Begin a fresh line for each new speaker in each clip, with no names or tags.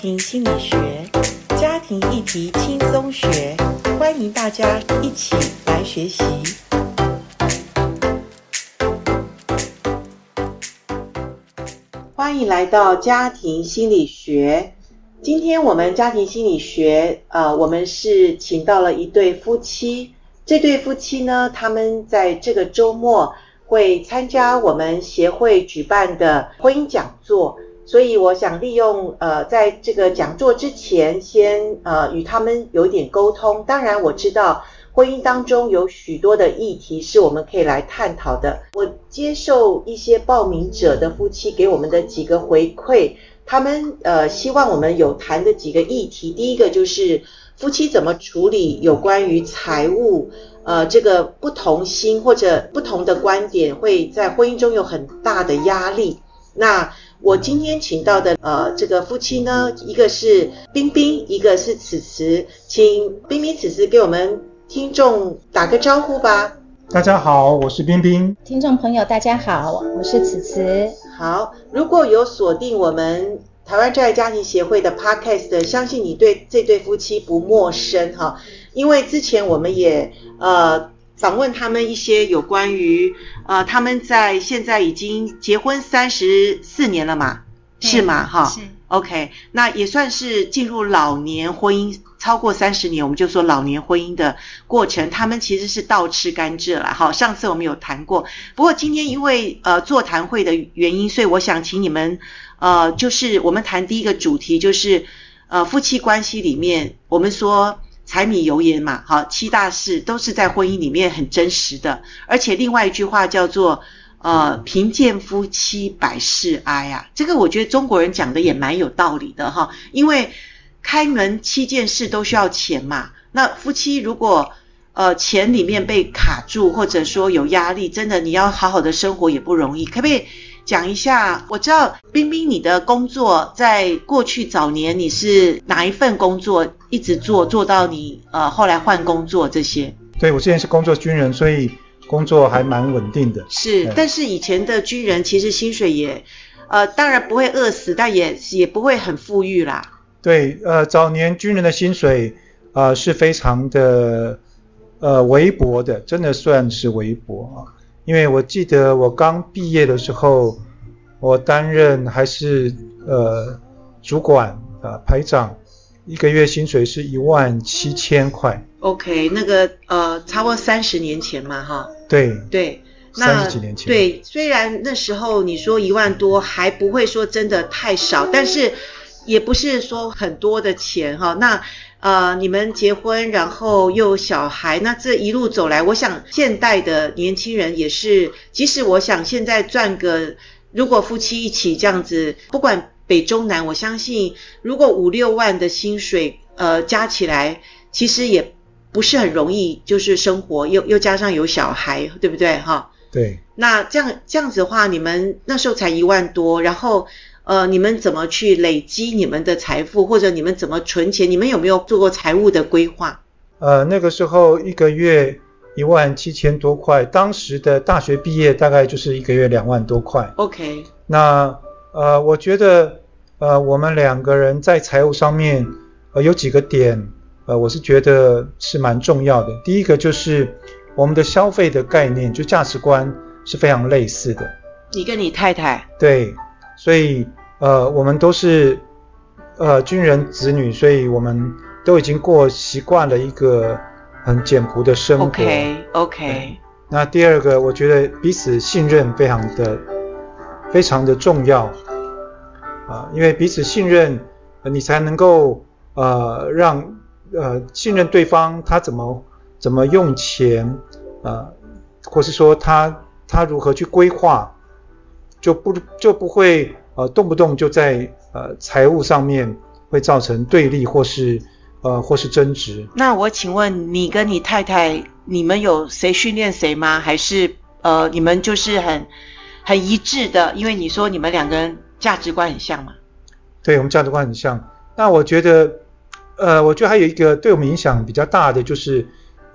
庭心理学，家庭议题轻松学，欢迎大家一起来学习。欢迎来到家庭心理学。今天我们家庭心理学，呃，我们是请到了一对夫妻。这对夫妻呢，他们在这个周末会参加我们协会举办的婚姻讲座，所以我想利用呃，在这个讲座之前先，呃与他们有一点沟通。当然，我知道婚姻当中有许多的议题是我们可以来探讨的。我接受一些报名者的夫妻给我们的几个回馈。他们呃希望我们有谈的几个议题，第一个就是夫妻怎么处理有关于财务，呃这个不同心或者不同的观点会在婚姻中有很大的压力。那我今天请到的呃这个夫妻呢，一个是冰冰，一个是此慈，请冰冰此慈给我们听众打个招呼吧。
大家好，我是冰冰。
听众朋友，大家好，我是此慈。
好，如果有锁定我们台湾真爱家庭协会的 podcast，相信你对这对夫妻不陌生哈，因为之前我们也呃访问他们一些有关于呃他们在现在已经结婚三十四年了嘛，是吗？哈，
嗯是
OK，那也算是进入老年婚姻，超过三十年，我们就说老年婚姻的过程，他们其实是倒吃甘蔗了。好，上次我们有谈过，不过今天因为呃座谈会的原因，所以我想请你们呃，就是我们谈第一个主题，就是呃夫妻关系里面，我们说柴米油盐嘛，好七大事都是在婚姻里面很真实的，而且另外一句话叫做。呃，贫贱夫妻百事哀啊，这个我觉得中国人讲的也蛮有道理的哈，因为开门七件事都需要钱嘛。那夫妻如果呃钱里面被卡住，或者说有压力，真的你要好好的生活也不容易。可不可以讲一下？我知道冰冰你的工作在过去早年你是哪一份工作一直做做到你呃后来换工作这些？
对我之前是工作军人，所以工作还蛮稳定的。
是
对，
但是以前的军人其实薪水也，呃，当然不会饿死，但也也不会很富裕啦。
对，呃，早年军人的薪水，呃，是非常的，呃，微薄的，真的算是微薄啊。因为我记得我刚毕业的时候，我担任还是呃主管啊、呃排长，一个月薪水是一万七千块。
OK，那个呃，差不多三十年前嘛，哈，
对，
对，那
嗯30几年前
对，虽然那时候你说一万多还不会说真的太少，但是也不是说很多的钱哈。那呃，你们结婚，然后又有小孩，那这一路走来，我想现代的年轻人也是，即使我想现在赚个，如果夫妻一起这样子，不管北中南，我相信如果五六万的薪水，呃，加起来其实也。不是很容易，就是生活又又加上有小孩，对不对哈？
对。
那这样这样子的话，你们那时候才一万多，然后呃，你们怎么去累积你们的财富，或者你们怎么存钱？你们有没有做过财务的规划？
呃，那个时候一个月一万七千多块，当时的大学毕业大概就是一个月两万多块。
OK，
那呃，我觉得呃，我们两个人在财务上面呃有几个点呃，我是觉得是蛮重要的。第一个就是我们的消费的概念，就价值观是非常类似的。
你跟你太太
对，所以呃，我们都是呃军人子女，所以我们都已经过习惯了一个很简朴的生活。
，OK OK，
对那第二个，我觉得彼此信任非常的非常的重要啊、因为彼此信任，呃你才能够呃让呃信任对方他怎么怎么用钱啊、或是说他他如何去规划，就不就不会呃动不动就在呃财务上面会造成对立或是呃或是争执。
那我请问你跟你太太，你们有谁训练谁吗？还是呃，你们就是很很一致的？因为你说你们两个人价值观很像嘛。
对我们价值观很像。那我觉得，呃，我觉得还有一个对我们影响比较大的，就是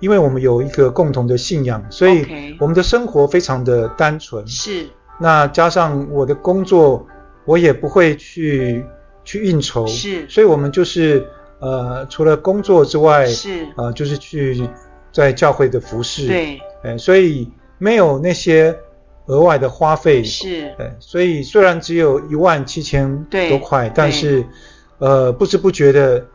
因为我们有一个共同的信仰，所以
OK
我们的生活非常的单纯。
是
那加上我的工作，我也不会去去应酬，
是
所以我们就是呃，除了工作之外，
是，
呃，就是去在教会的服侍，，
对，
哎，所以没有那些额外的花费，
是，
哎，所以虽然只有一万七千
对
多块，但
对
是呃，不知不觉的，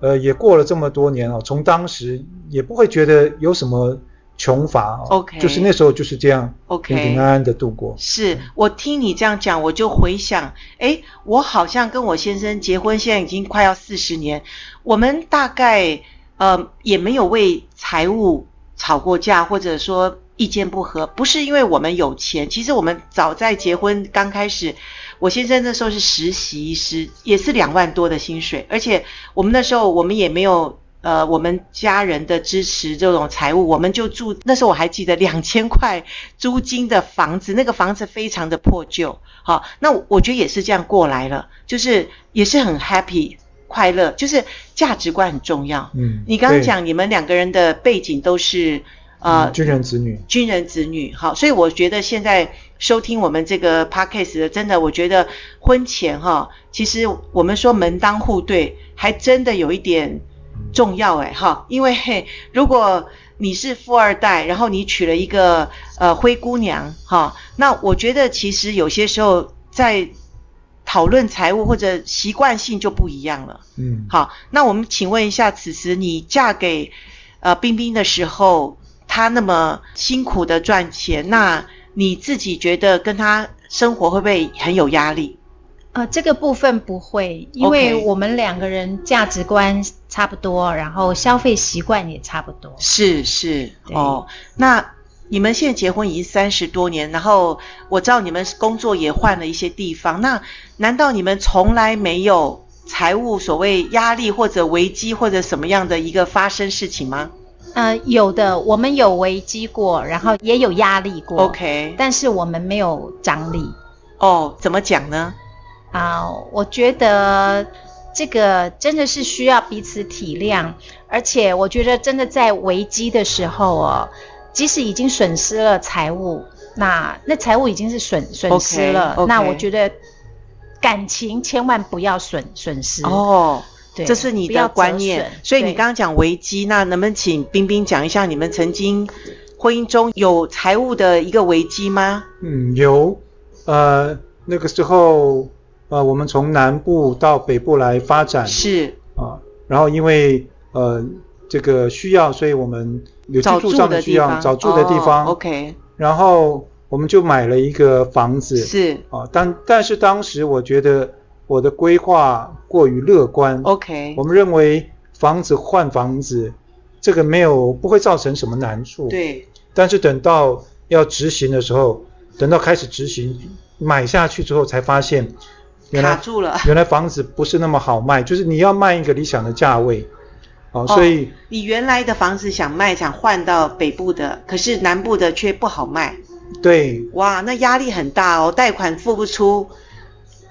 呃，也过了这么多年哦，从当时也不会觉得有什么穷乏哦
OK
就是那时候就是这样
OK
平平安安的度过，
是我听你这样讲，我就回想，诶，我好像跟我先生结婚，现在已经快要四十年，我们大概呃也没有为财务吵过架，或者说意见不合，不是因为我们有钱，其实我们早在结婚刚开始，我先生那时候是实习医师，也是两万多的薪水，而且我们那时候我们也没有。呃，我们家人的支持这种财务，我们就住那时候我还记得两千块租金的房子，那个房子非常的破旧。好，那我我觉得也是这样过来了，就是也是很 happy 快乐，就是价值观很重要。
嗯，
你刚刚
对
讲你们两个人的背景都是呃
嗯军人子女，
军人子女，好，所以我觉得现在收听我们这个 podcast 的，真的，我觉得婚前哈，其实我们说门当户对，还真的有一点重要哎哈，因为嘿如果你是富二代，然后你娶了一个呃灰姑娘哈，那我觉得其实有些时候在讨论财务或者习惯性就不一样了。
嗯，
好，那我们请问一下，此时你嫁给呃冰冰的时候，她那么辛苦的赚钱，那你自己觉得跟她生活会不会很有压力？
呃，这个部分不会，因
OK
为我们两个人价值观差不多，然后消费习惯也差不多。
是是
对
哦，那你们现在结婚已经三十多年，然后我知道你们工作也换了一些地方，那难道你们从来没有财务所谓压力或者危机或者什么样的一个发生事情吗
呃，有的我们有危机过，然后也有压力过。
？OK，
但是我们没有张力
哦，怎么讲呢？
啊、我觉得这个真的是需要彼此体谅，而且我觉得真的在危机的时候哦，即使已经损失了财物，那那财物已经是损损失了
OK，OK
那我觉得感情千万不要损损失。
哦，
对，
这是你
不要
的
折
观念
损。
所以你
对
刚刚讲危机，那能不能请冰冰讲一下你们曾经婚姻中有财务的一个危机吗？
嗯，有，呃，那个时候，呃，我们从南部到北部来发展
是
啊，然后因为呃这个需要，所以我们有居
找
住
住
上
的
需
地
要，
方，
找住的地方，
哦 OK，
然后我们就买了一个房子
是
啊，但但是当时我觉得我的规划过于乐观，
OK，
我们认为房子换房子这个没有不会造成什么难处，
对，
但是等到要执行的时候，等到开始执行买下去之后，才发现原
卡
来
住了。
原来房子不是那么好卖，就是你要卖一个理想的价位，哦，所以
你原来的房子想卖，想换到北部的，可是南部的却不好卖，
对
哇，那压力很大哦，贷款付不出，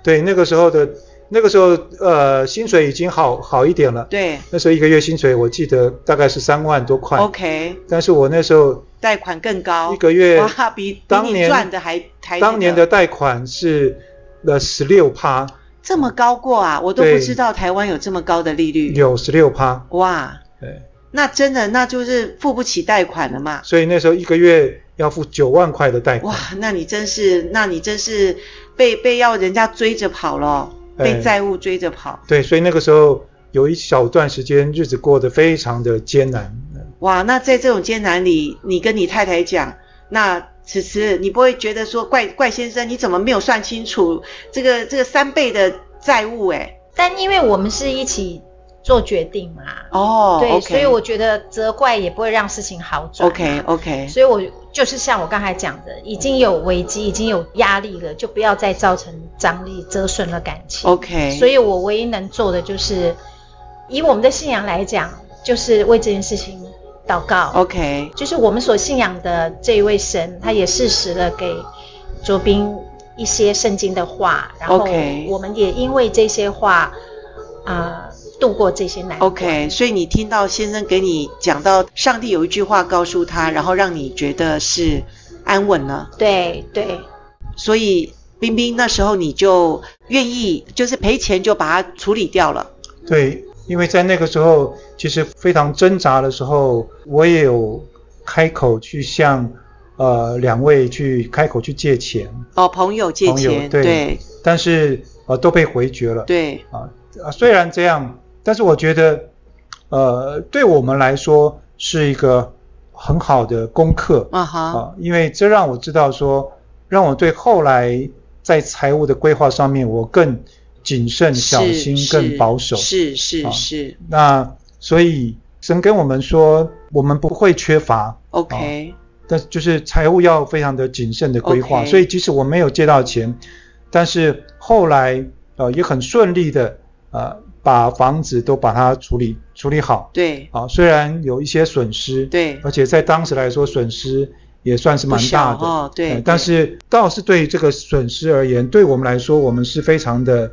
对，那个时候的那个时候呃薪水已经好好一点了，
对
那时候一个月薪水我记得大概是三万多
哦
块
，OK，
但是我那时候
贷款更高，
一个月
哇，哦比比
当
你
年
赚的还还那
当年
个
的贷款是呃十六趴，
这么高过啊！我都不
对
知道台湾有这么高的利率。
有十六趴，
哇，
对，
那真的那就是付不起贷款了嘛。
所以那时候一个月要付九万块的贷款。
哇，那你真是，那你真是被被要人家追着跑了，
哎
被债务追着跑。
对，所以那个时候有一小段时间，日子过得非常的艰难。
哇，那在这种艰难里，你跟你太太讲，那此时你不会觉得说怪怪先生，你怎么没有算清楚这个这个三倍的债务、哎，
但因为我们是一起做决定嘛，
哦，
对
o k
所以我觉得责怪也不会让事情好转。
OK OK，
所以我就是像我刚才讲的，已经有危机，已经有压力了，就不要再造成张力，折损了感情。
OK，
所以我唯一能做的就是，以我们的信仰来讲，就是为这件事情祷告。
OK
就是我们所信仰的这一位神，他也适时的给卓斌一些圣经的话，然后
OK
我们也因为这些话啊、度过这些难关。
OK，所以你听到先生给你讲到，上帝有一句话告诉他，然后让你觉得是安稳了，
对对，
所以冰冰那时候你就愿意就是赔钱就把它处理掉了。
对，因为在那个时候其实非常挣扎的时候，我也有开口去向呃两位去开口去借钱，
哦，朋友借
朋友
钱，
对
对
但是呃都被回绝了。
对
啊啊，虽然这样，但是我觉得呃对我们来说是一个很好的功课
啊哈，
啊，因为这让我知道说，让我对后来在财务的规划上面我更谨慎、小
是
心、
是
更保守。
是是
啊
是
那所以神跟我们说，我们不会缺乏，
，OK，
但就是财务要非常的谨慎的规划。
OK
所以即使我没有借到钱，但是后来呃也很顺利的呃把房子都把它处理处理好
对
啊，虽然有一些损失，
对，
而且在当时来说损失也算是
不
蛮
小
大的。
哦，对
呃，但是倒是对这个损失而言，对我们来说，我们是非常的，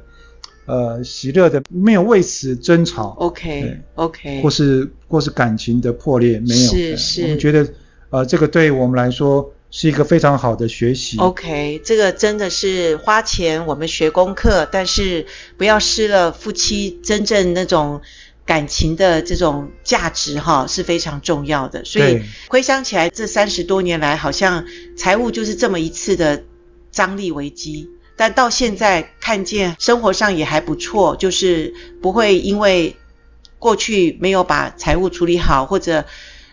呃，喜乐的，没有为此争吵。
OK
对
OK，
或是或是感情的破裂，没有。
是
呃
是
我们觉得，呃，这个对我们来说是一个非常好的学习。
OK，这个真的是花钱我们学功课，但是不要失了夫妻真正那种感情的这种价值哈，是非常重要的。所以
对
回想起来，这三十多年来，好像财务就是这么一次的张力危机。但到现在看见生活上也还不错，就是不会因为过去没有把财务处理好，或者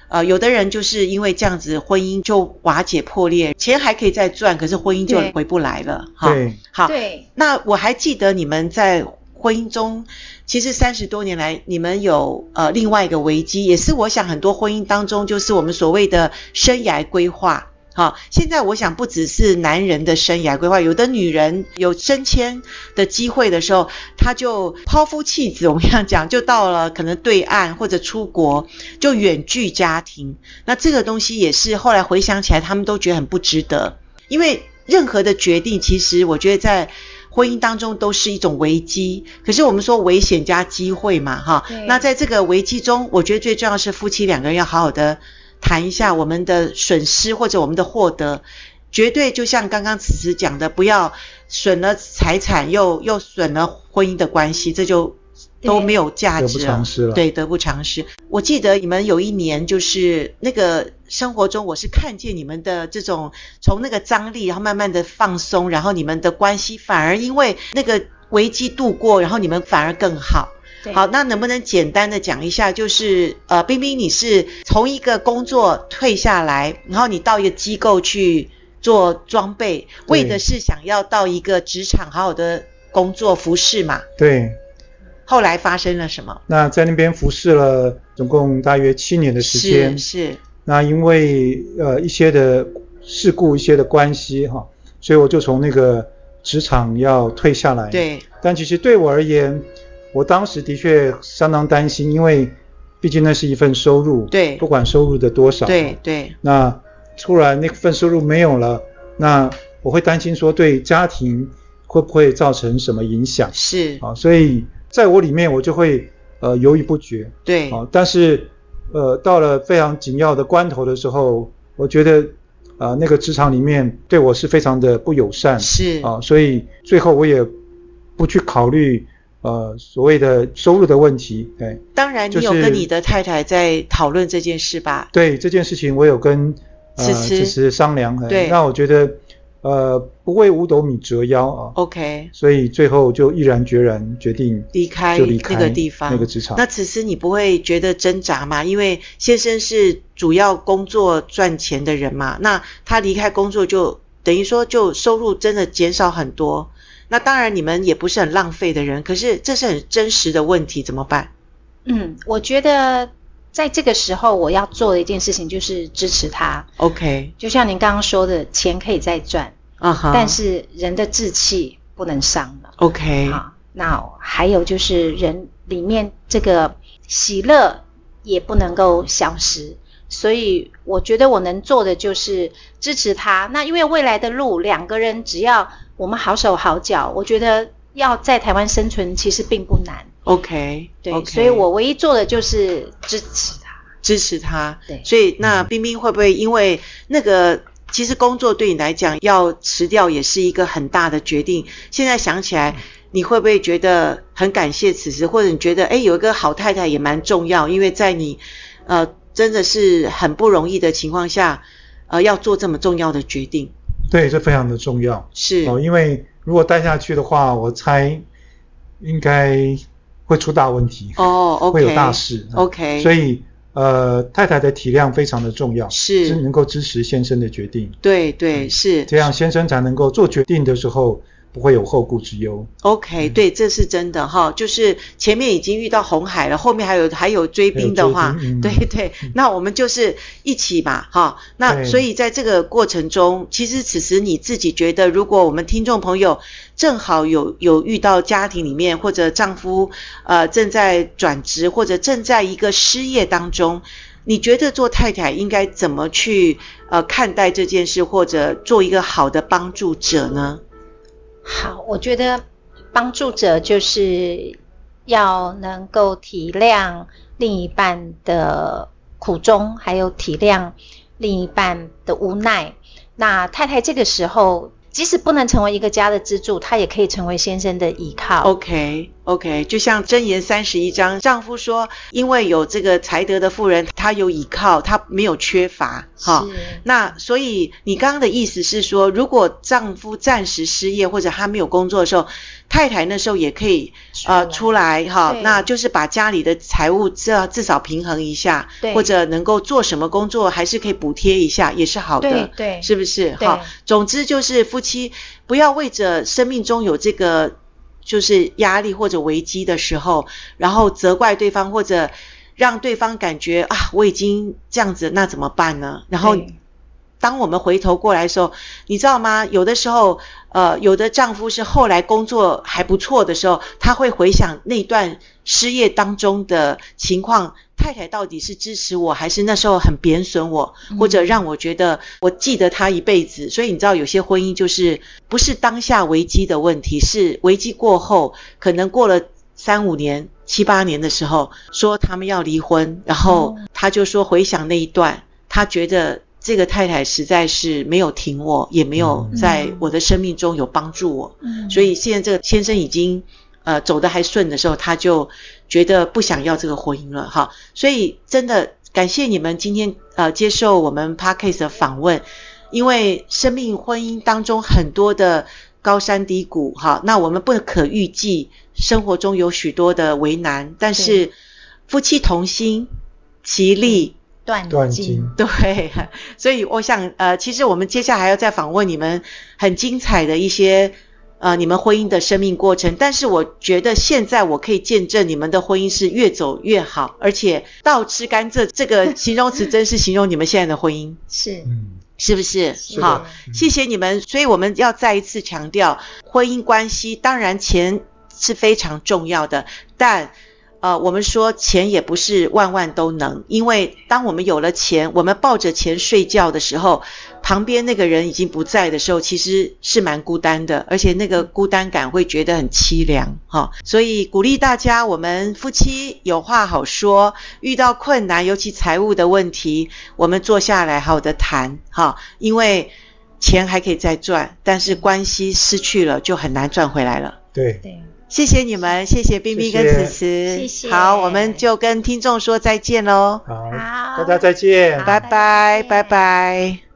呃，有的人就是因为这样子，婚姻就瓦解破裂，钱还可以再赚，可是婚姻就
对
回不来了。哈，
对
好，
对，
那我还记得你们在婚姻中，其实三十多年来，你们有呃另外一个危机，也是我想很多婚姻当中，就是我们所谓的生涯规划。好，现在我想不只是男人的生涯规划，有的女人有升迁的机会的时候，她就抛夫弃子，我们这样讲，就到了可能对岸或者出国，就远距家庭。那这个东西也是后来回想起来，他们都觉得很不值得。因为任何的决定，其实我觉得在婚姻当中都是一种危机。可是我们说危险加机会嘛，哈
对。
那在这个危机中，我觉得最重要是夫妻两个人要好好的谈一下我们的损失或者我们的获得。绝对就像刚刚此时讲的，不要损了财产，又又损了婚姻的关系，这就都
对
没有价
得
值
不偿失了
啊对，得不偿失。我记得你们有一年就是那个生活中，我是看见你们的这种从那个张力，然后慢慢的放松，然后你们的关系反而因为那个危机度过，然后你们反而更好。
对
好，那能不能简单的讲一下，就是呃，冰冰你是从一个工作退下来，然后你到一个机构去做装备，为的是想要到一个职场好好的工作服侍嘛？
对。
后来发生了什么？
那在那边服侍了总共大约七年的时间
是。是，
那因为呃一些的事故、一些的关系哈、所以我就从那个职场要退下来。。
对
但其实对我而言，我当时的确相当担心，因为毕竟那是一份收入，
对
不管收入的多少，
对，对
那突然那份收入没有了，那我会担心说对家庭会不会造成什么影响
是，
啊？所以在我里面我就会呃犹豫不决
对
啊，但是呃到了非常紧要的关头的时候，我觉得啊、呃那个职场里面对我是非常的不友善，
是
啊，所以最后我也不去考虑呃所谓的收入的问题。哎，
当然，你
就
有
是
跟你的太太在讨论这件事吧？
对这件事情我有跟呃
此时
此时商量，哎
对
那我觉得呃不为五斗米折腰啊，
OK，
所以最后就毅然决然决定
哦离开
就离开
那个地方
那个职场
那。此时你不会觉得挣扎吗？因为先生是主要工作赚钱的人嘛，那他离开工作就等于说就收入真的减少很多。那当然，你们也不是很浪费的人，可是这是很真实的问题，怎么办？
嗯，我觉得在这个时候我要做的一件事情就是支持他，
OK，
就像您刚刚说的，钱可以再赚，
啊哈，
但是人的志气不能伤了。
OK，
好，那还有就是人里面这个喜乐也不能够消失，所以我觉得我能做的就是支持他。那因为未来的路，两个人只要我们好手好脚，我觉得要在台湾生存其实并不难。
OK，
对
OK
所以我唯一做的就是支持他。
支持他。
对
所以那冰冰会不会因为那个其实工作对你来讲要辞掉也是一个很大的决定。现在想起
嗯
来，你会不会觉得很感谢此时，或者你觉得哎有一个好太太也蛮重要，因为在你呃真的是很不容易的情况下，呃要做这么重要的决定，
对，这非常的重要。
是
哦，因为如果待下去的话，我猜应该会出大问题，
哦
会有
，OK
大事。
OK，
所
以
以呃，太太的体谅非常的重要，
是
能够支持先生的决定，
对对
嗯
是
这样先生才能够做决定的时候不会有后顾之忧。
OK，对，
嗯
这是真的哈，就是前面已经遇到红海了，后面还有还有追兵的话
还有追，兵嗯
对对，那我们就是一起吧哈。那
对
所以在这个过程中，其实此时你自己觉得，如果我们听众朋友正好有有遇到家庭里面或者丈夫呃正在转职或者正在一个失业当中，你觉得做太太应该怎么去呃看待这件事，或者做一个好的帮助者呢？
好，我觉得帮助者就是要能够体谅另一半的苦衷，还有体谅另一半的无奈。那太太这个时候，即使不能成为一个家的支柱，她也可以成为先生的依靠。
哦 OK OK，就像《箴言》三十一章，丈夫说，因为有这个才德的妇人，她有倚靠，她没有缺乏，哈。
是，
那所以你刚刚的意思是说，如果丈夫暂时失业或者他没有工作的时候，太太那时候也可以呃出
来，
来哈
对，
那就是把家里的财务这至少平衡一下，
对
或者能够做什么工作还是可以补贴一下，也是好的。
对对
是不是？
对
哈，总之就是夫妻不要为着生命中有这个就是压力或者危机的时候，然后责怪对方或者让对方感觉啊我已经这样子，那怎么办呢？然后
对
当我们回头过来的时候，你知道吗？有的时候，呃，有的丈夫是后来工作还不错的时候，他会回想那段失业当中的情况，太太到底是支持我，还是那时候很贬损我，
嗯
或者让我觉得我记得他一辈子。所以你知道，有些婚姻就是不是当下危机的问题，是危机过后，可能过了三五年、七八年的时候，说他们要离婚，然后他就说回想那一段，他觉得这个太太实在是没有挺我，也没有
嗯
在我的生命中有帮助我，
嗯
所以现在这个先生已经呃走得还顺的时候，他就觉得不想要这个婚姻了哈。所以真的感谢你们今天呃接受我们 p a r k a s 的访问，因为生命婚姻当中很多的高山低谷哈，那我们不可预计，生活中有许多的为难，但是夫妻同心，其利。
断
断经，
对，所以我想，呃，其实我们接下来要再访问你们很精彩的一些，呃，你们婚姻的生命过程。但是我觉得现在我可以见证你们的婚姻是越走越好，而且“倒吃甘蔗”这个形容词真是形容你们现在的婚姻，
是
嗯，
是不是？
是
好
的，
嗯
谢谢你们。所以我们要再一次强调，婚姻关系当然钱是非常重要的，但呃，我们说钱也不是万万都能，因为当我们有了钱，我们抱着钱睡觉的时候，旁边那个人已经不在的时候，其实是蛮孤单的，而且那个孤单感会觉得很凄凉哈、所以鼓励大家，我们夫妻有话好说，遇到困难，尤其财务的问题，我们坐下来好好的谈哈、因为钱还可以再赚，但是关系失去了就很难赚回来了。
对，
对。
谢谢你们，谢谢冰冰
谢
跟
谢
慈慈，
谢谢
好，我们就跟听众说再见喽，
好，
好，
大家再见，
好
拜拜，
拜
拜
拜
拜